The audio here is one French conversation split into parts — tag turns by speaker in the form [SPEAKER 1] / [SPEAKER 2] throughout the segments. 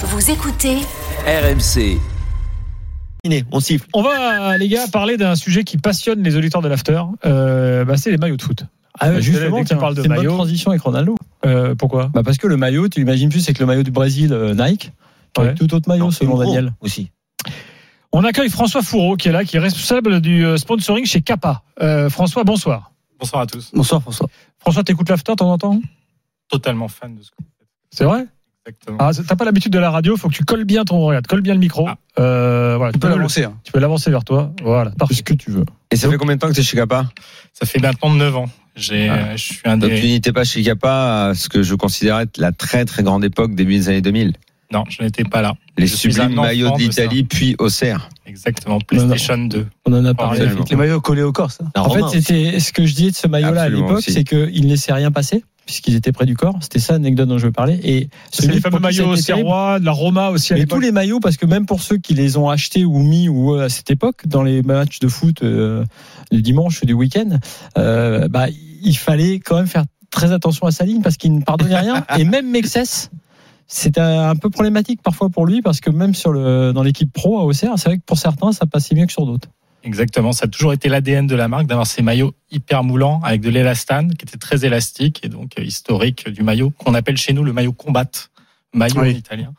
[SPEAKER 1] Vous écoutez
[SPEAKER 2] RMC.
[SPEAKER 3] Terminé, on siffle.
[SPEAKER 4] On va, les gars, parler d'un sujet qui passionne les auditeurs de l'after. Euh, bah, c'est les maillots de foot.
[SPEAKER 3] Ah,
[SPEAKER 4] Bah,
[SPEAKER 3] justement,
[SPEAKER 4] dès que tu
[SPEAKER 3] tiens,
[SPEAKER 4] parles de
[SPEAKER 3] c'est une bonne
[SPEAKER 4] maillot.
[SPEAKER 3] transition avec Ronaldo.
[SPEAKER 4] Euh, pourquoi
[SPEAKER 3] Bah parce que le maillot, tu imagines plus, c'est que le maillot du Brésil euh, Nike,
[SPEAKER 4] Ouais.
[SPEAKER 3] avec tout autre maillot
[SPEAKER 2] Non, c'est
[SPEAKER 3] selon
[SPEAKER 2] une
[SPEAKER 3] Daniel. Aussi.
[SPEAKER 4] On accueille François Fourreau qui est là, qui est responsable du euh, sponsoring chez Kappa. Euh, François, bonsoir.
[SPEAKER 5] Bonsoir à tous.
[SPEAKER 3] Bonsoir François.
[SPEAKER 4] François, t'écoutes l'after de temps en temps
[SPEAKER 5] Totalement fan de ce que vous faites.
[SPEAKER 4] C'est vrai
[SPEAKER 5] Exactement.
[SPEAKER 4] Ah, t'as pas l'habitude de la radio, faut que tu colles bien ton regarde, colle bien le micro.
[SPEAKER 5] Ah.
[SPEAKER 4] Euh, voilà, tu peux l'avancer.
[SPEAKER 6] Hein.
[SPEAKER 4] Tu peux l'avancer vers toi. Voilà, parfait.
[SPEAKER 3] Ce que tu veux.
[SPEAKER 6] Et ça fait combien de temps que tu es chez Kappa
[SPEAKER 5] Ça fait maintenant 9 ans. J'ai,
[SPEAKER 6] Ah.
[SPEAKER 5] euh, je suis un
[SPEAKER 6] Donc
[SPEAKER 5] des.
[SPEAKER 6] tu n'étais pas chez Kappa à ce que je considère être la très très grande époque début des années 2000.
[SPEAKER 5] Non, je n'étais pas là.
[SPEAKER 6] Les
[SPEAKER 5] Je suis
[SPEAKER 6] sublimes
[SPEAKER 5] un enfant
[SPEAKER 6] maillots
[SPEAKER 5] de
[SPEAKER 6] d'Italie puis Auxerre.
[SPEAKER 5] Exactement. PlayStation 2.
[SPEAKER 3] On en a
[SPEAKER 5] parlé.
[SPEAKER 3] parlé.
[SPEAKER 6] Absolument.
[SPEAKER 3] les maillots collés au corps, ça.
[SPEAKER 2] La
[SPEAKER 3] en
[SPEAKER 2] Romain
[SPEAKER 3] fait, c'était ce que je disais de ce maillot-là à
[SPEAKER 6] Absolument
[SPEAKER 3] l'époque,
[SPEAKER 6] aussi.
[SPEAKER 3] c'est qu'il ne laissait rien passer puisqu'ils étaient près du corps. C'était ça l'anecdote dont je veux parler. Et
[SPEAKER 4] C'est les
[SPEAKER 3] celui
[SPEAKER 4] fameux
[SPEAKER 3] pour qui ça a
[SPEAKER 4] maillots
[SPEAKER 3] été terrible,
[SPEAKER 4] Serrois, de la Roma aussi à
[SPEAKER 3] Mais tous
[SPEAKER 4] l'époque.
[SPEAKER 3] les maillots, parce que même pour ceux qui les ont achetés ou mis ou euh, à cette époque, dans les matchs de foot euh, du dimanche ou du week-end, euh, bah, il fallait quand même faire très attention à sa ligne parce qu'il ne pardonnait rien. Et même Mexès, c'était un peu problématique parfois pour lui parce que même sur le, dans l'équipe pro à Auxerre, c'est vrai que pour certains, ça passait mieux que sur d'autres.
[SPEAKER 5] Exactement. Ça a toujours été l'ADN de la marque d'avoir ces maillots hyper moulants avec de l'élastane qui était très élastique et donc euh, historique du maillot qu'on appelle chez nous le maillot combat. Maillot
[SPEAKER 4] Oui.
[SPEAKER 5] en italien.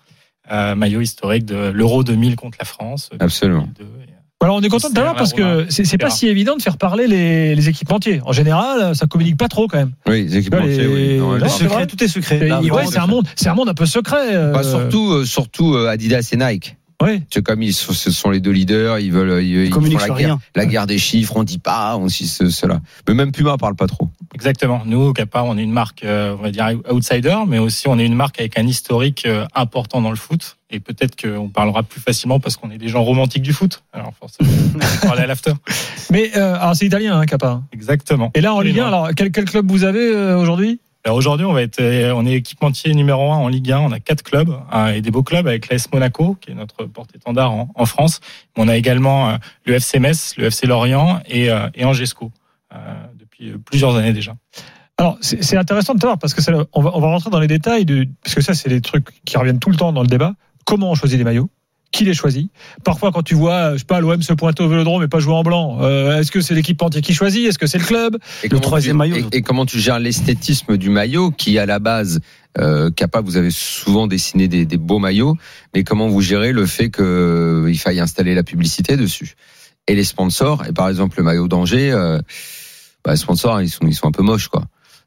[SPEAKER 5] Euh, maillot historique de l'Euro 2000 contre la France.
[SPEAKER 6] Absolument.
[SPEAKER 5] 2002, et, euh,
[SPEAKER 4] Alors on est content de t'avoir parce que c'est c'est pas si évident de faire parler les, les équipementiers. En général, ça communique pas trop quand même.
[SPEAKER 6] Oui, les équipes
[SPEAKER 4] Là, les-
[SPEAKER 6] oui. Non,
[SPEAKER 4] là,
[SPEAKER 6] ouais,
[SPEAKER 4] c'est
[SPEAKER 6] bien sûr.
[SPEAKER 4] vrai.
[SPEAKER 3] tout est secret.
[SPEAKER 4] Et- ouais,
[SPEAKER 6] vraiment,
[SPEAKER 4] c'est un monde, c'est un monde un peu secret. euh,
[SPEAKER 6] Bah, surtout, euh, surtout euh, Adidas et Nike.
[SPEAKER 4] Ouais.
[SPEAKER 6] C'est comme ils sont, ce sont les deux leaders, ils veulent euh, ils, ils
[SPEAKER 3] communiquent
[SPEAKER 6] font la
[SPEAKER 3] sur
[SPEAKER 6] guerre,
[SPEAKER 3] rien.
[SPEAKER 6] la guerre des chiffres, on dit pas, on dit ce- cela. Mais même Puma parle pas trop.
[SPEAKER 5] Exactement. Nous, au Kappa, on est une marque, euh, on va dire, outsider, mais aussi on est une marque avec un historique euh, important dans le foot. Et peut-être qu'on parlera plus facilement parce qu'on est des gens romantiques du foot. Alors, forcément, on va parler à l'after.
[SPEAKER 4] Mais euh, alors c'est italien, hein, Kappa. hein.
[SPEAKER 5] Exactement.
[SPEAKER 4] Et là en Ligue 1,
[SPEAKER 5] Absolument.
[SPEAKER 4] alors quel, quel club vous avez euh, aujourd'hui
[SPEAKER 5] Alors aujourd'hui, on va être, euh, on est équipementier numéro un en Ligue 1. On a quatre clubs hein, et des beaux clubs avec l'AS Monaco, qui est notre porte-étendard en, en France. Mais on a également euh, le FC Metz, le FC Lorient et, euh, et Angesco euh, depuis euh, plusieurs années déjà.
[SPEAKER 4] Alors c'est c'est intéressant de savoir parce que ça, on, va, on va rentrer dans les détails de, parce que ça c'est des trucs qui reviennent tout le temps dans le débat. Comment on choisit les maillots qui les choisit Parfois, quand tu vois, euh, je sais pas, l'OM se pointer au Vélodrome et pas jouer en blanc, euh, est-ce que c'est l'équipementier qui choisit Est-ce que c'est le club
[SPEAKER 6] Et comment
[SPEAKER 3] troisième
[SPEAKER 6] tu-
[SPEAKER 3] maillot,
[SPEAKER 6] et-
[SPEAKER 3] surtout.
[SPEAKER 6] Et, comment tu gères l'esthétisme du maillot qui, à la base, euh, capable, vous avez souvent dessiné des, des beaux maillots, mais comment vous gérez le fait qu'il faille installer la publicité dessus Et les sponsors, et par exemple le maillot d'Angers, euh, bah, les sponsors, ils sont, ils sont un peu moches, quoi.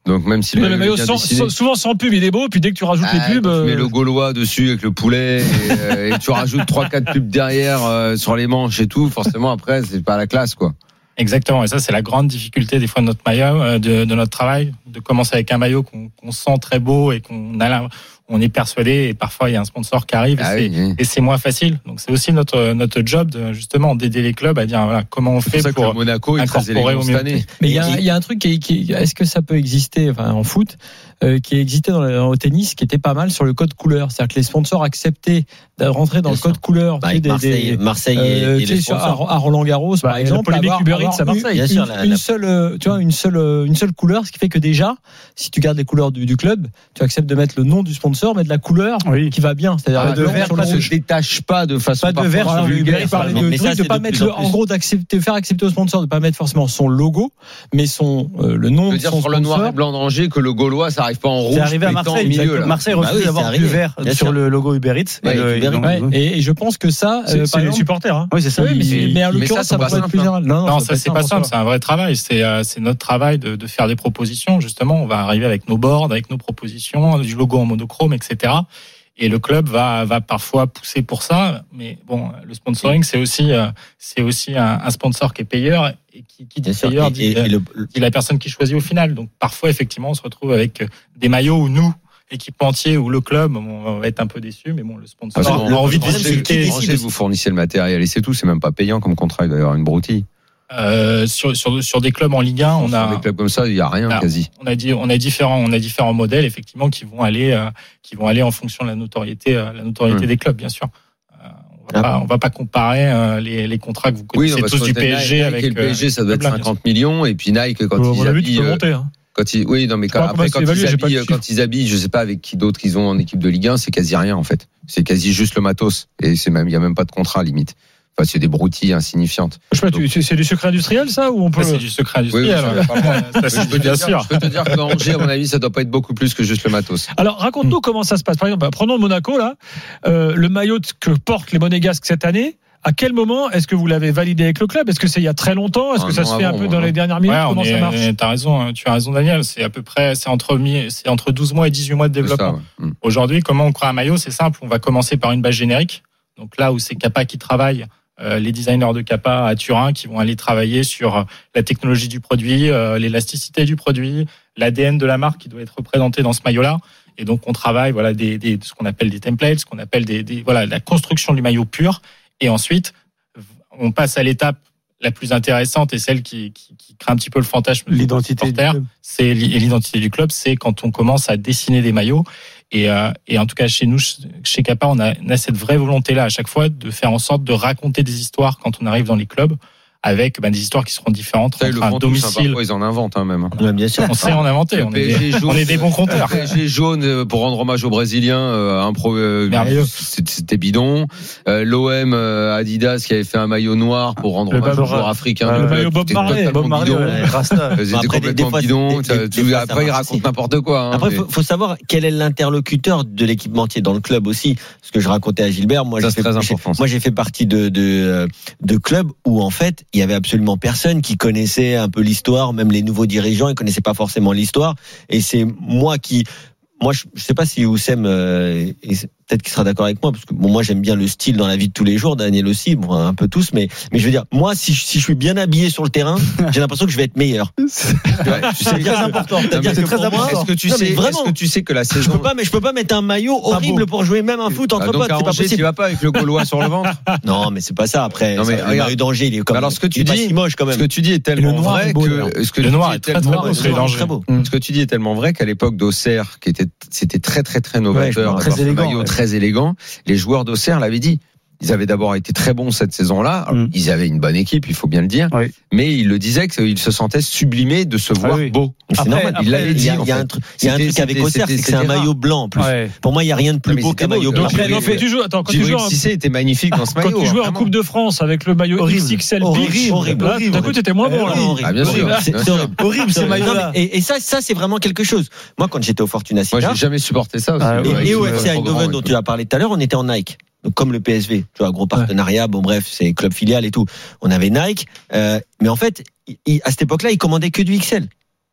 [SPEAKER 6] Donc même si le,
[SPEAKER 4] Mais le maillot
[SPEAKER 6] est bien
[SPEAKER 4] sans-
[SPEAKER 6] dessiné,
[SPEAKER 4] sans- souvent sans pub, il est beau. Puis dès que tu rajoutes
[SPEAKER 6] ah,
[SPEAKER 4] les pubs,
[SPEAKER 6] tu mets
[SPEAKER 4] euh,
[SPEAKER 6] le Gaulois dessus avec le poulet et, euh, et tu rajoutes trois quatre pubs derrière euh, sur les manches et tout. Forcément, après, c'est pas la classe, quoi.
[SPEAKER 5] Exactement, et ça c'est la grande difficulté des fois de notre maillot, euh, de, de notre travail, de commencer avec un maillot qu'on qu'on sent très beau et qu'on a, la- on est persuadé. Et parfois il y a un sponsor qui arrive et
[SPEAKER 6] Ah
[SPEAKER 5] c'est-
[SPEAKER 6] oui, oui.
[SPEAKER 5] et c'est moins facile. Donc c'est aussi notre notre job de, justement d'aider les clubs à dire voilà comment on
[SPEAKER 6] C'est pour
[SPEAKER 5] fait
[SPEAKER 6] ça que le
[SPEAKER 5] pour.
[SPEAKER 6] Monaco est très
[SPEAKER 5] incorporer
[SPEAKER 6] élégant
[SPEAKER 5] au
[SPEAKER 6] cette
[SPEAKER 5] mieux.
[SPEAKER 6] année.
[SPEAKER 3] Mais il y, a un- il y a un truc qui, qui- est-ce que ça peut exister enfin, en foot, euh, qui existait dans le, au tennis, qui était pas mal sur le code couleur. C'est-à-dire que les sponsors acceptaient de rentrer dans
[SPEAKER 2] Bien
[SPEAKER 3] le code
[SPEAKER 2] sûr.
[SPEAKER 3] couleur
[SPEAKER 2] Bah,
[SPEAKER 3] tu sais,
[SPEAKER 2] avec Marseille,
[SPEAKER 3] des- des-
[SPEAKER 2] Marseille et,
[SPEAKER 3] euh,
[SPEAKER 2] et
[SPEAKER 3] tu sais,
[SPEAKER 2] les
[SPEAKER 3] sur-
[SPEAKER 2] sponsors. Bah,
[SPEAKER 3] à Roland Garros, par
[SPEAKER 4] la
[SPEAKER 3] exemple,
[SPEAKER 4] polémique
[SPEAKER 3] avoir-
[SPEAKER 4] Uber Eats
[SPEAKER 3] avoir
[SPEAKER 4] à Marseille.
[SPEAKER 2] Bien
[SPEAKER 3] une- une-
[SPEAKER 2] sûr, la-
[SPEAKER 3] une
[SPEAKER 2] la-
[SPEAKER 3] seule, euh, tu vois, une seule, euh, une seule couleur, ce qui fait que déjà, si tu gardes les couleurs du, du club, tu acceptes de mettre le nom du sponsor, mais de la couleur
[SPEAKER 4] Oui.
[SPEAKER 3] qui va bien. C'est-à-dire
[SPEAKER 6] Ah,
[SPEAKER 3] le
[SPEAKER 6] le
[SPEAKER 3] blanc
[SPEAKER 6] verre
[SPEAKER 3] sur le
[SPEAKER 6] ne
[SPEAKER 3] rouge.
[SPEAKER 6] se détache pas de façon
[SPEAKER 3] Pas de
[SPEAKER 6] parfois
[SPEAKER 3] verre hein, sur le
[SPEAKER 6] vulgaire.
[SPEAKER 3] Uber, parler
[SPEAKER 2] pardon.
[SPEAKER 3] de
[SPEAKER 2] Mais ça,
[SPEAKER 3] trucs, de
[SPEAKER 2] c'est
[SPEAKER 3] pas
[SPEAKER 2] de
[SPEAKER 3] mettre
[SPEAKER 2] plus en
[SPEAKER 3] le- en
[SPEAKER 2] plus.
[SPEAKER 3] gros d'accepter, faire accepter au sponsor de pas mettre forcément son logo, mais son euh, le nom
[SPEAKER 6] Je veux
[SPEAKER 3] de
[SPEAKER 6] dire
[SPEAKER 3] son
[SPEAKER 6] sur le noir et
[SPEAKER 3] sponsor.
[SPEAKER 6] blanc d'Angers que le Gaulois, ça arrive pas en rouge. pétant au milieu, là.
[SPEAKER 3] Marseille
[SPEAKER 2] refuse Bah oui, d'avoir c'est du arrivé. vert Bien sur sûr.
[SPEAKER 3] le logo Uber Eats.
[SPEAKER 6] Et Ouais, le- Uber Eats.
[SPEAKER 3] Ouais, et, et je pense que ça,
[SPEAKER 4] c'est
[SPEAKER 3] euh,
[SPEAKER 4] c'est
[SPEAKER 3] par
[SPEAKER 4] les
[SPEAKER 3] exemple-
[SPEAKER 4] supporters. hein.
[SPEAKER 3] Oui, c'est ça.
[SPEAKER 4] Oui, mais
[SPEAKER 3] mais,
[SPEAKER 6] c'est-
[SPEAKER 3] mais en
[SPEAKER 6] mais ça,
[SPEAKER 3] l'occurrence,
[SPEAKER 6] c'est
[SPEAKER 3] ça,
[SPEAKER 6] pas
[SPEAKER 3] pourrait être
[SPEAKER 6] simple,
[SPEAKER 3] plus
[SPEAKER 6] hein.
[SPEAKER 3] général. Non,
[SPEAKER 5] Non,
[SPEAKER 3] peut
[SPEAKER 5] ça
[SPEAKER 3] être
[SPEAKER 5] c'est pas simple,
[SPEAKER 3] pour
[SPEAKER 5] c'est
[SPEAKER 3] toi.
[SPEAKER 5] un vrai travail. C'est euh, c'est notre travail de, de faire des propositions. Justement, on va arriver avec nos boards, avec nos propositions, hein, du logo en monochrome, etc. Et le club va va parfois pousser pour ça. Mais bon, le sponsoring c'est aussi euh, c'est aussi un, un sponsor qui est payeur et qui, qui
[SPEAKER 2] Bien
[SPEAKER 5] dit
[SPEAKER 2] sûr.
[SPEAKER 5] payeur
[SPEAKER 2] Et-
[SPEAKER 5] dit,
[SPEAKER 2] et- et le- le-
[SPEAKER 5] dit la personne qui choisit au final. Donc parfois effectivement, on se retrouve avec euh, des euh, maillots où nous équipementier ou le club, on va être un peu déçu, mais bon, le sponsor
[SPEAKER 6] Ah,
[SPEAKER 5] on a envie de
[SPEAKER 6] Rangez-
[SPEAKER 5] discuter.
[SPEAKER 6] Rangez, vous fournissez le matériel et c'est tout. C'est même pas payant comme contrat. Il doit y avoir une broutille.
[SPEAKER 5] Euh, sur, sur, sur des clubs en Ligue 1, on
[SPEAKER 6] Sur
[SPEAKER 5] a,
[SPEAKER 6] des clubs comme ça, il y a rien
[SPEAKER 5] Ah.
[SPEAKER 6] quasi.
[SPEAKER 5] on a dit on a différents on a différents modèles effectivement qui vont aller euh, qui vont aller en fonction de la notoriété euh, la notoriété
[SPEAKER 6] Mm.
[SPEAKER 5] des clubs bien sûr. Euh, on va
[SPEAKER 2] Ah.
[SPEAKER 5] pas on va pas comparer euh, les, les contrats que vous connaissez
[SPEAKER 6] non, parce
[SPEAKER 5] tous
[SPEAKER 6] que
[SPEAKER 5] du
[SPEAKER 6] Nike-
[SPEAKER 5] PSG
[SPEAKER 6] Nike
[SPEAKER 5] avec euh,
[SPEAKER 6] et le PSG, ça doit
[SPEAKER 5] le
[SPEAKER 6] être
[SPEAKER 5] Blanc,
[SPEAKER 6] 50 millions. Et puis Nike, quand
[SPEAKER 4] Bon, à
[SPEAKER 6] ils
[SPEAKER 4] mon avis, tu
[SPEAKER 6] habillent,
[SPEAKER 4] peux
[SPEAKER 6] euh,
[SPEAKER 4] monter. hein.
[SPEAKER 6] quand ils, oui, non, mais
[SPEAKER 4] sais
[SPEAKER 6] quand,
[SPEAKER 4] pas comment
[SPEAKER 6] après,
[SPEAKER 4] c'est
[SPEAKER 6] quand
[SPEAKER 4] évalué,
[SPEAKER 6] ils
[SPEAKER 4] j'ai pas de
[SPEAKER 6] habillent, euh, quand ils habillent, je sais pas avec qui d'autre ils ont en équipe de Ligue 1, c'est quasi rien, en fait. C'est quasi juste le matos. Et c'est même, il y a même pas de contrat, limite. Enfin, c'est des broutilles insignifiantes.
[SPEAKER 4] Je sais pas, tu- c'est c'est du secret industriel ça ou on peut
[SPEAKER 6] Bah,
[SPEAKER 5] Ça, c'est du secret
[SPEAKER 6] Oui, oui,
[SPEAKER 5] industriel.
[SPEAKER 6] ça, par contre,
[SPEAKER 5] Ça,
[SPEAKER 6] Bah, je
[SPEAKER 5] c'est
[SPEAKER 6] peux te
[SPEAKER 5] bien
[SPEAKER 6] dire-
[SPEAKER 5] sûr.
[SPEAKER 6] je peux te dire que Angers, à mon avis, ça doit pas être beaucoup plus que juste le matos.
[SPEAKER 4] Alors, raconte-nous comment ça se passe. Par exemple, bah, prenons Monaco, là. Euh, le maillot que portent les Monégasques cette année, à quel moment est-ce que vous l'avez validé avec le club Est-ce que c'est il y a très longtemps Est-ce que
[SPEAKER 6] Un
[SPEAKER 4] ça
[SPEAKER 6] an
[SPEAKER 4] se fait un
[SPEAKER 6] avant,
[SPEAKER 4] peu
[SPEAKER 6] un
[SPEAKER 4] dans
[SPEAKER 6] an.
[SPEAKER 4] les dernières minutes
[SPEAKER 5] Ouais, on
[SPEAKER 4] Comment ça
[SPEAKER 5] est-
[SPEAKER 4] marche
[SPEAKER 5] t'as raison, hein, tu as raison Daniel, c'est à peu près c'est entre mi- c'est entre 12 mois et 18 mois de
[SPEAKER 6] C'est ça,
[SPEAKER 5] développement.
[SPEAKER 6] ouais. Mm.
[SPEAKER 5] Aujourd'hui, comment on crée un maillot C'est simple, on va commencer par une base générique. Donc là où c'est Kappa qui travaille, euh, les designers de Kappa à Turin qui vont aller travailler sur euh, la technologie du produit, euh, l'élasticité du produit, l'ADN de la marque qui doit être représenté dans ce maillot-là. Et donc on travaille voilà des, des ce qu'on appelle des templates, ce qu'on appelle des, des voilà la construction du maillot pur. Et ensuite, on passe à l'étape la plus intéressante et celle qui, qui, qui crée un petit peu le fantasme du
[SPEAKER 7] L'identité
[SPEAKER 5] supporter c'est li- et l'identité du club, c'est quand on commence à dessiner des maillots. Et, euh, et en tout cas, chez nous, chez Kappa, on a, on a cette vraie volonté-là à chaque fois de faire en sorte de raconter des histoires quand on arrive dans les clubs, avec ben, des histoires qui seront différentes
[SPEAKER 6] Ça, ils le
[SPEAKER 5] entre un
[SPEAKER 6] font tous, hein,
[SPEAKER 5] domicile.
[SPEAKER 6] parfois, ils en inventent, hein, même.
[SPEAKER 7] Ouais, bien sûr.
[SPEAKER 5] On sait en inventer,
[SPEAKER 6] Le
[SPEAKER 5] on est,
[SPEAKER 6] PSG
[SPEAKER 5] des,
[SPEAKER 6] joue-
[SPEAKER 5] on est des bons
[SPEAKER 6] Le
[SPEAKER 5] compteurs.
[SPEAKER 6] PSG jaune euh, pour rendre hommage aux Brésiliens, euh, un pro, euh,
[SPEAKER 5] Merveilleux.
[SPEAKER 6] c'est- c'était bidon. Euh, L'OM euh, Adidas qui avait fait un maillot noir pour rendre
[SPEAKER 4] Le
[SPEAKER 6] hommage aux
[SPEAKER 4] Bob-
[SPEAKER 6] joueurs africains.
[SPEAKER 4] le
[SPEAKER 6] Euh,
[SPEAKER 4] maillot
[SPEAKER 6] tout
[SPEAKER 4] Bob
[SPEAKER 6] est
[SPEAKER 4] Marley,
[SPEAKER 6] totalement
[SPEAKER 7] Bob Marley,
[SPEAKER 6] bidon.
[SPEAKER 7] ouais, Rasta.
[SPEAKER 6] C'était
[SPEAKER 7] Enfin, après, des- des
[SPEAKER 6] complètement
[SPEAKER 7] fois,
[SPEAKER 6] bidon.
[SPEAKER 7] des-
[SPEAKER 6] Ça-
[SPEAKER 7] des-
[SPEAKER 6] tu-
[SPEAKER 7] des fois, ça
[SPEAKER 6] après, il
[SPEAKER 7] marche
[SPEAKER 6] raconte
[SPEAKER 7] aussi.
[SPEAKER 6] n'importe quoi. hein,
[SPEAKER 7] Après,
[SPEAKER 6] mais
[SPEAKER 7] faut, faut savoir quel est l'interlocuteur de l'équipementier dans le club aussi. Ce que je racontais à Gilbert, moi,
[SPEAKER 6] Ça,
[SPEAKER 7] j'ai
[SPEAKER 6] c'est
[SPEAKER 7] fait,
[SPEAKER 6] très
[SPEAKER 7] j'ai-
[SPEAKER 6] important, ça.
[SPEAKER 7] moi, j'ai fait partie de, de, euh, de clubs où, en fait, il y avait absolument personne qui connaissait un peu l'histoire, même les nouveaux dirigeants, ils connaissaient pas forcément l'histoire. Et c'est moi qui, moi, je, je sais pas si Oussem, euh, et c'est- peut-être qu'il sera d'accord avec moi, parce que bon, moi, j'aime bien le style dans la vie de tous les jours, Daniel aussi, bon, un peu tous, mais, mais je veux dire, moi, si, je- si je suis bien habillé sur le terrain, j'ai l'impression que je vais être meilleur.
[SPEAKER 6] ouais, tu sais-
[SPEAKER 7] C'est très important. C'est-à-dire
[SPEAKER 6] C'est
[SPEAKER 7] que
[SPEAKER 6] très
[SPEAKER 7] pour moi-
[SPEAKER 6] Est-ce que tu
[SPEAKER 7] Non, mais
[SPEAKER 6] sais, est-ce
[SPEAKER 7] vraiment.
[SPEAKER 6] que tu sais que la
[SPEAKER 7] je
[SPEAKER 6] saison.
[SPEAKER 7] peux pas, mais je peux pas mettre un maillot horrible pour jouer même un foot
[SPEAKER 6] Ah,
[SPEAKER 7] entre
[SPEAKER 6] donc
[SPEAKER 7] potes,
[SPEAKER 6] à
[SPEAKER 7] c'est pas
[SPEAKER 6] Angers, tu
[SPEAKER 7] possible.
[SPEAKER 6] vas pas avec le Gaulois sur le ventre.
[SPEAKER 7] Non, mais c'est pas ça. Après,
[SPEAKER 6] Non,
[SPEAKER 7] non,
[SPEAKER 6] mais
[SPEAKER 7] mais,
[SPEAKER 6] regarde.
[SPEAKER 7] le maillot d'Angers, il est comme.
[SPEAKER 6] Mais alors, ce que
[SPEAKER 7] il
[SPEAKER 6] tu
[SPEAKER 7] est pas
[SPEAKER 6] dis-
[SPEAKER 7] si moche quand
[SPEAKER 6] Ce
[SPEAKER 7] même.
[SPEAKER 6] que tu dis est tellement
[SPEAKER 4] Le noir
[SPEAKER 6] vrai
[SPEAKER 4] est beau, d'ailleurs.
[SPEAKER 6] que ce que
[SPEAKER 5] Le
[SPEAKER 6] tu
[SPEAKER 5] noir
[SPEAKER 6] dis
[SPEAKER 5] est très, très
[SPEAKER 6] tellement
[SPEAKER 5] beau, c'est
[SPEAKER 6] vrai.
[SPEAKER 5] dangereux.
[SPEAKER 7] Très beau.
[SPEAKER 6] Ce que tu dis est tellement vrai qu'à l'époque d'Auxerre, qui était, c'était très très très novateur,
[SPEAKER 2] très
[SPEAKER 6] d'avoir ce
[SPEAKER 2] élégant,
[SPEAKER 6] maillot
[SPEAKER 2] ouais.
[SPEAKER 6] très élégant, les joueurs d'Auxerre l'avaient dit. Ils avaient d'abord été très bons cette saison-là. Alors,
[SPEAKER 2] Mm.
[SPEAKER 6] Ils avaient une bonne équipe, il faut bien le dire.
[SPEAKER 2] Oui.
[SPEAKER 6] Mais ils le disaient qu'ils se sentaient sublimés de se voir
[SPEAKER 2] oui.
[SPEAKER 6] beau. C'est
[SPEAKER 7] Après-
[SPEAKER 6] normal. Ils l'avaient
[SPEAKER 7] Il
[SPEAKER 6] dit.
[SPEAKER 7] y a,
[SPEAKER 6] en
[SPEAKER 7] il y a
[SPEAKER 6] fait.
[SPEAKER 7] un truc, il y a un
[SPEAKER 6] C'était-
[SPEAKER 7] truc avec
[SPEAKER 6] c'était-
[SPEAKER 7] Auxerre, c'est que
[SPEAKER 6] c'était
[SPEAKER 7] c'est un
[SPEAKER 6] rare.
[SPEAKER 7] maillot blanc en plus. Pour moi, il y a rien de plus
[SPEAKER 6] Non, mais
[SPEAKER 7] beau
[SPEAKER 6] c'était
[SPEAKER 7] qu'un
[SPEAKER 6] beau,
[SPEAKER 7] maillot
[SPEAKER 6] donc
[SPEAKER 7] blanc.
[SPEAKER 4] Donc,
[SPEAKER 6] Après,
[SPEAKER 4] non,
[SPEAKER 6] oui,
[SPEAKER 4] mais tu joues, attends, quand tu
[SPEAKER 6] Djibril
[SPEAKER 4] joues en,
[SPEAKER 6] Cissé était magnifique dans ce
[SPEAKER 4] quand
[SPEAKER 6] maillot. hein.
[SPEAKER 4] tu joues en
[SPEAKER 6] vraiment.
[SPEAKER 4] Coupe de France avec le maillot
[SPEAKER 7] Horrible.
[SPEAKER 4] XXL
[SPEAKER 7] Horrible,
[SPEAKER 4] Beach,
[SPEAKER 7] horrible,
[SPEAKER 4] là,
[SPEAKER 7] horrible.
[SPEAKER 4] d'un coup, t'étais moins bon, là.
[SPEAKER 7] Horrible.
[SPEAKER 6] Ah, bien sûr.
[SPEAKER 7] Horrible. C'est
[SPEAKER 6] Bien
[SPEAKER 7] c'est
[SPEAKER 6] sûr.
[SPEAKER 7] horrible. Horrible ce maillot. Et, et ça, ça c'est vraiment quelque chose. Moi, quand j'étais au Fortuna
[SPEAKER 6] Moi,
[SPEAKER 7] Sittard,
[SPEAKER 6] j'ai jamais supporté ça. aussi.
[SPEAKER 2] Ah,
[SPEAKER 7] Et,
[SPEAKER 2] ouais,
[SPEAKER 6] Avec
[SPEAKER 7] et
[SPEAKER 6] le
[SPEAKER 7] au FC
[SPEAKER 6] programme
[SPEAKER 7] Eindhoven
[SPEAKER 6] et
[SPEAKER 7] dont
[SPEAKER 6] tout.
[SPEAKER 7] tu as parlé tout à l'heure, on était en Nike. Donc comme le PSV, tu vois, gros partenariat, bon bref, c'est club filial et tout. On avait Nike, euh, mais en fait, il- il- à cette époque-là, ils commandaient que du XL.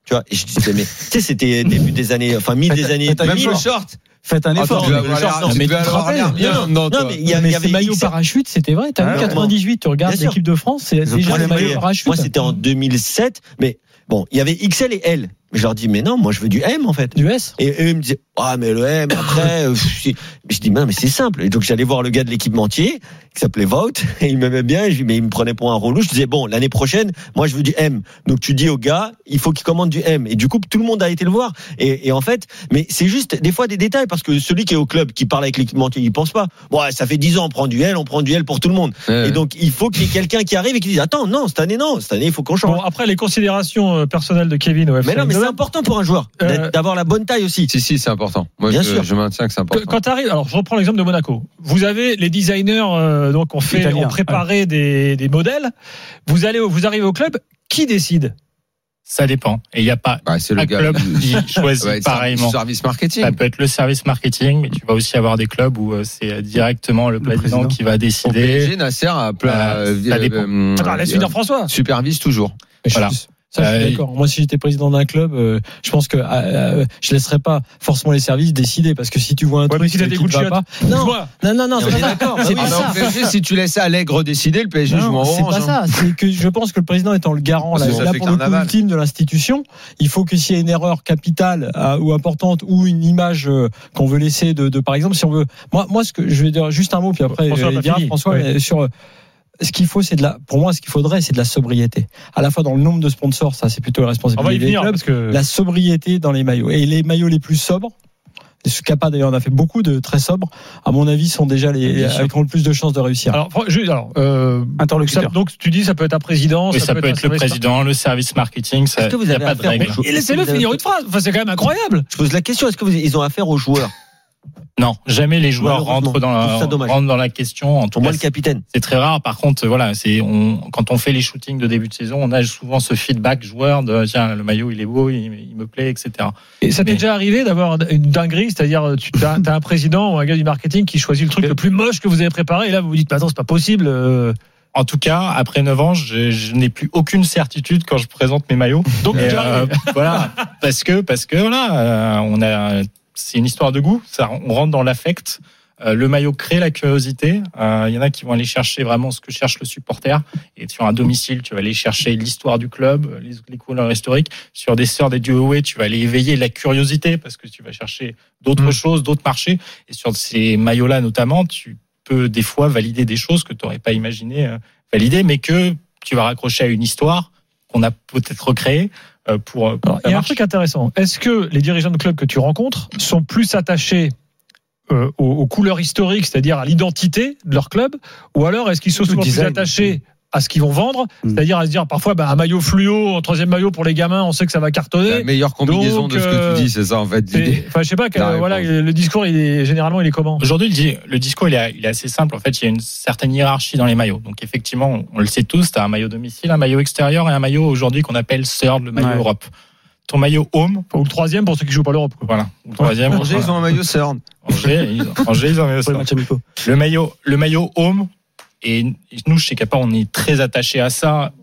[SPEAKER 7] Tu vois, et je disais, mais tu sais, c'était début des années, enfin mi des années.
[SPEAKER 2] t'as
[SPEAKER 6] Même
[SPEAKER 2] mis
[SPEAKER 6] le
[SPEAKER 2] le
[SPEAKER 6] short.
[SPEAKER 2] Faites un effort.
[SPEAKER 7] effort.
[SPEAKER 6] Tu vas
[SPEAKER 7] mais le
[SPEAKER 6] avoir
[SPEAKER 7] short,
[SPEAKER 6] l'air-
[SPEAKER 7] non,
[SPEAKER 6] tu
[SPEAKER 2] mais
[SPEAKER 6] vas
[SPEAKER 2] tu te
[SPEAKER 6] avoir
[SPEAKER 2] rappelles.
[SPEAKER 6] l'air bien
[SPEAKER 7] Non, non,
[SPEAKER 6] dedans,
[SPEAKER 7] non,
[SPEAKER 6] toi.
[SPEAKER 7] mais il y, a- il
[SPEAKER 3] mais
[SPEAKER 7] y
[SPEAKER 3] ces
[SPEAKER 7] avait
[SPEAKER 3] maillots
[SPEAKER 7] XL.
[SPEAKER 3] parachute, c'était vrai. T'as
[SPEAKER 2] Ah
[SPEAKER 3] vu
[SPEAKER 2] ouais.
[SPEAKER 3] 98, tu regardes
[SPEAKER 7] Bien sûr.
[SPEAKER 3] l'équipe de France, c'est
[SPEAKER 7] Le
[SPEAKER 3] déjà les
[SPEAKER 7] premier
[SPEAKER 3] maillots
[SPEAKER 7] maillot.
[SPEAKER 3] parachute.
[SPEAKER 7] Moi, c'était en 2007, mais bon, il y avait XL et L. Mais je leur dis, mais non, moi, je veux du M en fait.
[SPEAKER 3] du S.
[SPEAKER 7] Et eux ils me disaient ah mais le M après euh, pff, c'est- mais je dis mais, non, mais c'est simple et donc j'allais voir le gars de l'équipementier qui s'appelait Vaut et il m'aimait bien et je dis, mais il me prenait pour un relou je disais bon l'année prochaine moi je veux du M donc tu dis au gars il faut qu'il commande du M et du coup tout le monde a été le voir et, et en fait mais c'est juste des fois des détails parce que celui qui est au club qui parle avec l'équipementier il pense pas ouais ça fait 10 ans on prend du L on prend du L pour tout le monde
[SPEAKER 6] Ouais.
[SPEAKER 7] et donc il faut qu'il y ait quelqu'un qui arrive et qui dise attends non cette année non cette année il faut qu'on change
[SPEAKER 4] Bon, après, les considérations euh, personnelles de Kevin au FC
[SPEAKER 7] mais non mais c'est
[SPEAKER 4] Eindhoven.
[SPEAKER 7] important pour un joueur d'être-
[SPEAKER 4] Euh,
[SPEAKER 7] d'avoir la bonne taille aussi
[SPEAKER 6] Si, si, c'est important. Moi,
[SPEAKER 7] Bien
[SPEAKER 6] je
[SPEAKER 7] sûr.
[SPEAKER 6] je maintiens que c'est
[SPEAKER 4] Que-
[SPEAKER 6] important.
[SPEAKER 4] Quand t'arrives, alors je reprends l'exemple de Monaco. Vous avez les designers, euh, donc on fait,
[SPEAKER 2] Italiens,
[SPEAKER 4] on préparé des, des modèles. Vous allez, au- vous arrivez au club. Qui décide
[SPEAKER 5] Ça dépend. Et il n'y a pas
[SPEAKER 6] Bah, c'est le
[SPEAKER 5] un
[SPEAKER 6] gars.
[SPEAKER 5] club
[SPEAKER 6] du-
[SPEAKER 5] qui choisit
[SPEAKER 6] Ouais,
[SPEAKER 5] pareillement.
[SPEAKER 6] Service marketing.
[SPEAKER 5] Ça peut être le service marketing, mais tu vas aussi avoir des clubs où euh, c'est directement le, président,
[SPEAKER 2] président.
[SPEAKER 5] qui va
[SPEAKER 6] Au
[SPEAKER 5] décider.
[SPEAKER 6] PSG, Nasser a plein.
[SPEAKER 5] Euh, ça dépend.
[SPEAKER 4] Ah, Attends, laisse finir François.
[SPEAKER 6] Supervise toujours.
[SPEAKER 5] Voilà.
[SPEAKER 3] Ça, je suis
[SPEAKER 5] Euh,
[SPEAKER 3] d'accord. Moi, si j'étais président d'un club, euh, je pense que euh, euh, je laisserais pas forcément les services décider parce que si tu vois un
[SPEAKER 4] Ouais,
[SPEAKER 3] truc euh,
[SPEAKER 4] mais si t'as
[SPEAKER 3] qui
[SPEAKER 4] des
[SPEAKER 3] te
[SPEAKER 4] coups de
[SPEAKER 3] va
[SPEAKER 4] chiottes.
[SPEAKER 3] pas, non,
[SPEAKER 4] Excuse-moi.
[SPEAKER 3] non, non, non,
[SPEAKER 6] Non,
[SPEAKER 3] c'est
[SPEAKER 6] mais
[SPEAKER 3] pas ça.
[SPEAKER 6] d'accord.
[SPEAKER 3] C'est
[SPEAKER 6] Ah,
[SPEAKER 3] pas
[SPEAKER 6] mais
[SPEAKER 3] ça.
[SPEAKER 6] au PSG, si tu laisses Allègre décider, le PSG joue en
[SPEAKER 3] Non, c'est
[SPEAKER 6] orange.
[SPEAKER 3] pas ça.
[SPEAKER 6] hein.
[SPEAKER 3] C'est que je pense que le président étant le garant
[SPEAKER 6] Parce
[SPEAKER 3] là,
[SPEAKER 6] que ça
[SPEAKER 3] là,
[SPEAKER 6] fait
[SPEAKER 3] pour le coup
[SPEAKER 6] carnaval.
[SPEAKER 3] ultime de l'institution, il faut que s'il y a une erreur capitale euh, ou importante ou une image euh, qu'on veut laisser de, de- par exemple si on veut moi moi ce que je vais dire juste un mot puis après
[SPEAKER 4] François,
[SPEAKER 3] euh,
[SPEAKER 4] pas
[SPEAKER 3] Edgar,
[SPEAKER 4] fini.
[SPEAKER 3] François
[SPEAKER 4] Ouais.
[SPEAKER 3] mais sur euh, ce qu'il faut, c'est de la. Pour moi, ce qu'il faudrait, c'est de la sobriété. À la fois dans le nombre de sponsors, ça, c'est plutôt la
[SPEAKER 4] On va
[SPEAKER 3] responsabilité
[SPEAKER 4] y
[SPEAKER 3] des
[SPEAKER 4] venir
[SPEAKER 3] clubs
[SPEAKER 4] parce que
[SPEAKER 3] la sobriété dans les maillots. Et les maillots les plus sobres, ce Kappa d'ailleurs en a fait beaucoup de très sobres, à mon avis, sont déjà les
[SPEAKER 4] Bien sûr.
[SPEAKER 3] avec qui ont le plus de chances de réussir.
[SPEAKER 4] alors, fran- juste, alors euh, ça-
[SPEAKER 3] Interlocuteur.
[SPEAKER 4] donc tu dis ça peut être un président,
[SPEAKER 5] Oui, ça, peut être, le
[SPEAKER 4] un service-
[SPEAKER 5] président, le service marketing, ça,
[SPEAKER 7] Est-ce que
[SPEAKER 5] il
[SPEAKER 7] vous
[SPEAKER 5] n'y Euh, a
[SPEAKER 7] avez
[SPEAKER 5] pas de
[SPEAKER 7] affaire
[SPEAKER 5] règle.
[SPEAKER 7] aux-
[SPEAKER 4] Et laissez-le finir une phrase. Enfin, c'est quand même incroyable.
[SPEAKER 7] Je pose la question, est-ce que vous- ils ont affaire aux joueurs
[SPEAKER 5] Non, jamais les joueurs
[SPEAKER 7] Malheureusement,
[SPEAKER 5] rentrent
[SPEAKER 7] je
[SPEAKER 5] dans
[SPEAKER 7] trouve
[SPEAKER 5] la,
[SPEAKER 7] ça dommage.
[SPEAKER 5] rentrent dans la question. En tout
[SPEAKER 7] Pour moi,
[SPEAKER 5] cas,
[SPEAKER 7] le capitaine.
[SPEAKER 5] c'est très rare. Par contre, voilà, c'est on, quand on fait les shootings de début de saison, on a souvent ce feedback joueur de tiens, le maillot il est beau, il, il me plaît, etc.
[SPEAKER 4] Et ça t'est
[SPEAKER 5] Mais-
[SPEAKER 4] déjà arrivé d'avoir une dinguerie, c'est-à-dire euh, tu as, un président ou un gars du marketing qui choisit le truc le plus moche que vous avez préparé et là vous vous dites mais attends c'est pas possible. euh.
[SPEAKER 5] En tout cas, après 9 ans, je, je n'ai plus aucune certitude quand je présente mes maillots.
[SPEAKER 4] Donc
[SPEAKER 5] Et,
[SPEAKER 4] déjà,
[SPEAKER 5] euh, voilà, parce que parce que voilà, euh, on a c'est une histoire de goût. Ça, on rentre dans l'affect. Euh, le maillot crée la curiosité. Euh, Il y en a qui vont aller chercher vraiment ce que cherche le supporter. Et sur un domicile, tu vas aller chercher l'histoire du club, les, les couleurs historiques. Sur des sœurs des duoways, tu vas aller éveiller la curiosité parce que tu vas chercher d'autres
[SPEAKER 4] Mm.
[SPEAKER 5] choses, d'autres marchés. Et sur ces maillots-là notamment, tu peux des fois valider des choses que tu n'aurais pas imaginé euh, valider, mais que tu vas raccrocher à une histoire qu'on a peut-être recréée euh, pour, pour
[SPEAKER 4] Alors,
[SPEAKER 5] que ça
[SPEAKER 4] il y a un
[SPEAKER 5] marche.
[SPEAKER 4] truc intéressant. Est-ce que les dirigeants de clubs que tu rencontres sont plus attachés euh, aux, aux couleurs historiques, c'est-à-dire à l'identité de leur club, ou alors est-ce qu'ils sont
[SPEAKER 8] Tout
[SPEAKER 4] souvent plus
[SPEAKER 8] design.
[SPEAKER 4] attachés à ce qu'ils vont vendre,
[SPEAKER 8] Mm.
[SPEAKER 4] c'est-à-dire à se dire parfois bah, un maillot fluo, un troisième maillot pour les gamins, on sait que ça va
[SPEAKER 6] La
[SPEAKER 4] cartonner.
[SPEAKER 5] Bah,
[SPEAKER 6] meilleure combinaison
[SPEAKER 4] Donc,
[SPEAKER 6] de ce que
[SPEAKER 4] euh,
[SPEAKER 6] tu dis, c'est ça en fait.
[SPEAKER 4] Et-
[SPEAKER 6] l'idée.
[SPEAKER 4] Enfin, je sais pas, que, euh,
[SPEAKER 6] La
[SPEAKER 4] voilà,
[SPEAKER 6] réponse.
[SPEAKER 4] le discours, il est, généralement, il est comment
[SPEAKER 5] Aujourd'hui, le di- le discours, il est, il est assez simple. En fait, il y a une certaine hiérarchie dans les maillots. Donc, effectivement, on, on le sait tous, tu as un maillot domicile, un maillot extérieur et un maillot aujourd'hui qu'on appelle third, le maillot
[SPEAKER 8] Ouais.
[SPEAKER 5] Europe. Ton maillot home,
[SPEAKER 4] Ou le troisième pour ceux qui jouent pas l'Europe. quoi.
[SPEAKER 5] voilà. Ou le troisième,
[SPEAKER 6] Angers, ils ont un maillot CERN.
[SPEAKER 5] Angers, ils ont- Angers, ils ont un maillot
[SPEAKER 8] Pour les
[SPEAKER 5] third.
[SPEAKER 8] matchs amicaux.
[SPEAKER 5] Le maillot, le maillot home, et nous, chez Kappa, on est très attachés à ça,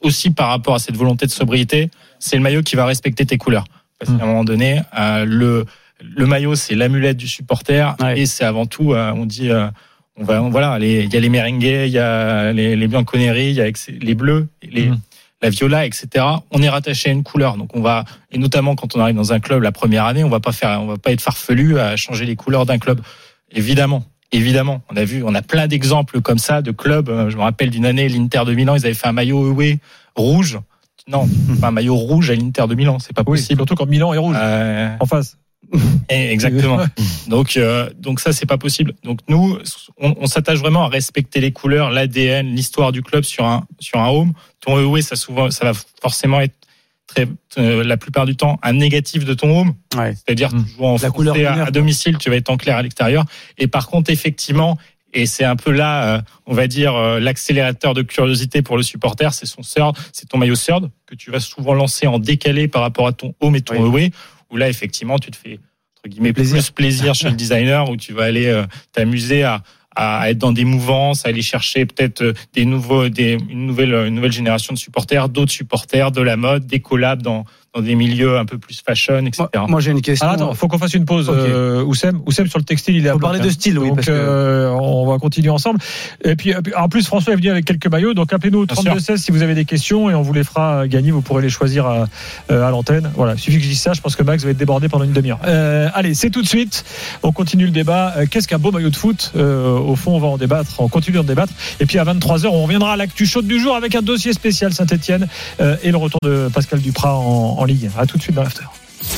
[SPEAKER 5] aussi par rapport à cette volonté de sobriété. C'est le maillot qui va respecter tes couleurs. Parce qu'à un moment donné, euh, le, le maillot, c'est l'amulette du supporter,
[SPEAKER 8] Ouais.
[SPEAKER 5] et c'est avant tout, euh, on dit, euh, on va, on- voilà, les- il y a les merengues, il y a les, les bianconeri, il y a ex- les bleus, les,
[SPEAKER 4] Mhm.
[SPEAKER 5] la viola, etc. On est rattaché à une couleur, donc on va, et notamment quand on arrive dans un club la première année, on va pas faire, on va pas être farfelu à changer les couleurs d'un club, évidemment. Évidemment, on a vu, on a plein d'exemples comme ça de clubs. Euh, Je me rappelle d'une année, l'Inter de Milan, ils avaient fait un maillot away rouge. Non, pas un maillot rouge à l'Inter de Milan, c'est pas
[SPEAKER 4] Oui,
[SPEAKER 5] possible.
[SPEAKER 4] surtout quand Milan est rouge
[SPEAKER 5] Euh,
[SPEAKER 4] en face.
[SPEAKER 5] eh, Exactement. Donc, euh, donc ça, c'est pas possible. Donc nous, on, on s'attache vraiment à respecter les couleurs, l'ADN, l'histoire du club sur un sur un home. Ton away, ça souvent, ça va forcément être très, euh, la plupart du temps, un négatif de ton home.
[SPEAKER 8] Ouais.
[SPEAKER 5] C'est-à-dire
[SPEAKER 4] Mm.
[SPEAKER 5] tu joues en
[SPEAKER 8] La
[SPEAKER 5] français
[SPEAKER 8] couleur
[SPEAKER 5] à- à,
[SPEAKER 8] lumière, quoi.
[SPEAKER 5] domicile, tu vas être en clair à l'extérieur. Et par contre, effectivement, et c'est un peu là, euh, on va dire, euh, l'accélérateur de curiosité pour le supporter, c'est son third, c'est ton maillot third que tu vas souvent lancer en décalé par rapport à ton home et ton
[SPEAKER 8] Oui.
[SPEAKER 5] away. Où là, effectivement, tu te fais entre guillemets
[SPEAKER 8] Plaisir.
[SPEAKER 5] plus plaisir chez le designer, où tu vas aller euh, t'amuser à à être dans des mouvances, à aller chercher peut-être euh, des nouveaux, des, une nouvelle, une nouvelle génération de supporters, d'autres supporters, de la mode, des collabs dans, dans des milieux un peu plus fashion, etc.
[SPEAKER 8] Moi, moi, j'ai une question.
[SPEAKER 4] Alors attends, faut qu'on fasse une pause.
[SPEAKER 8] Ah, Ok.
[SPEAKER 4] euh, Oussem, Oussem sur le textile, il est à
[SPEAKER 8] Faut
[SPEAKER 4] bloc,
[SPEAKER 8] parler
[SPEAKER 4] hein.
[SPEAKER 8] de style, oui,
[SPEAKER 4] Donc,
[SPEAKER 8] parce que-
[SPEAKER 4] euh, on va continuer ensemble. Et puis, et puis, en plus, François est venu avec quelques maillots. Donc, appelez-nous au
[SPEAKER 5] Bien sûr.
[SPEAKER 4] 3216 si vous avez des questions et on vous les fera gagner. Vous pourrez les choisir à, euh, à l'antenne. Voilà, il suffit que je dise ça. Je pense que Max va être débordé pendant une demi-heure. Euh, allez, c'est tout de suite. On continue le débat. Euh, Qu'est-ce qu'un beau maillot de foot Euh, Au fond, on va en débattre. On continue d'en débattre. Et puis, à 23h, on reviendra à l'actu chaude du euh, jour avec un dossier spécial Saint-Etienne et le retour de Pascal Duprat en, en Ligue. À tout de suite dans l'after.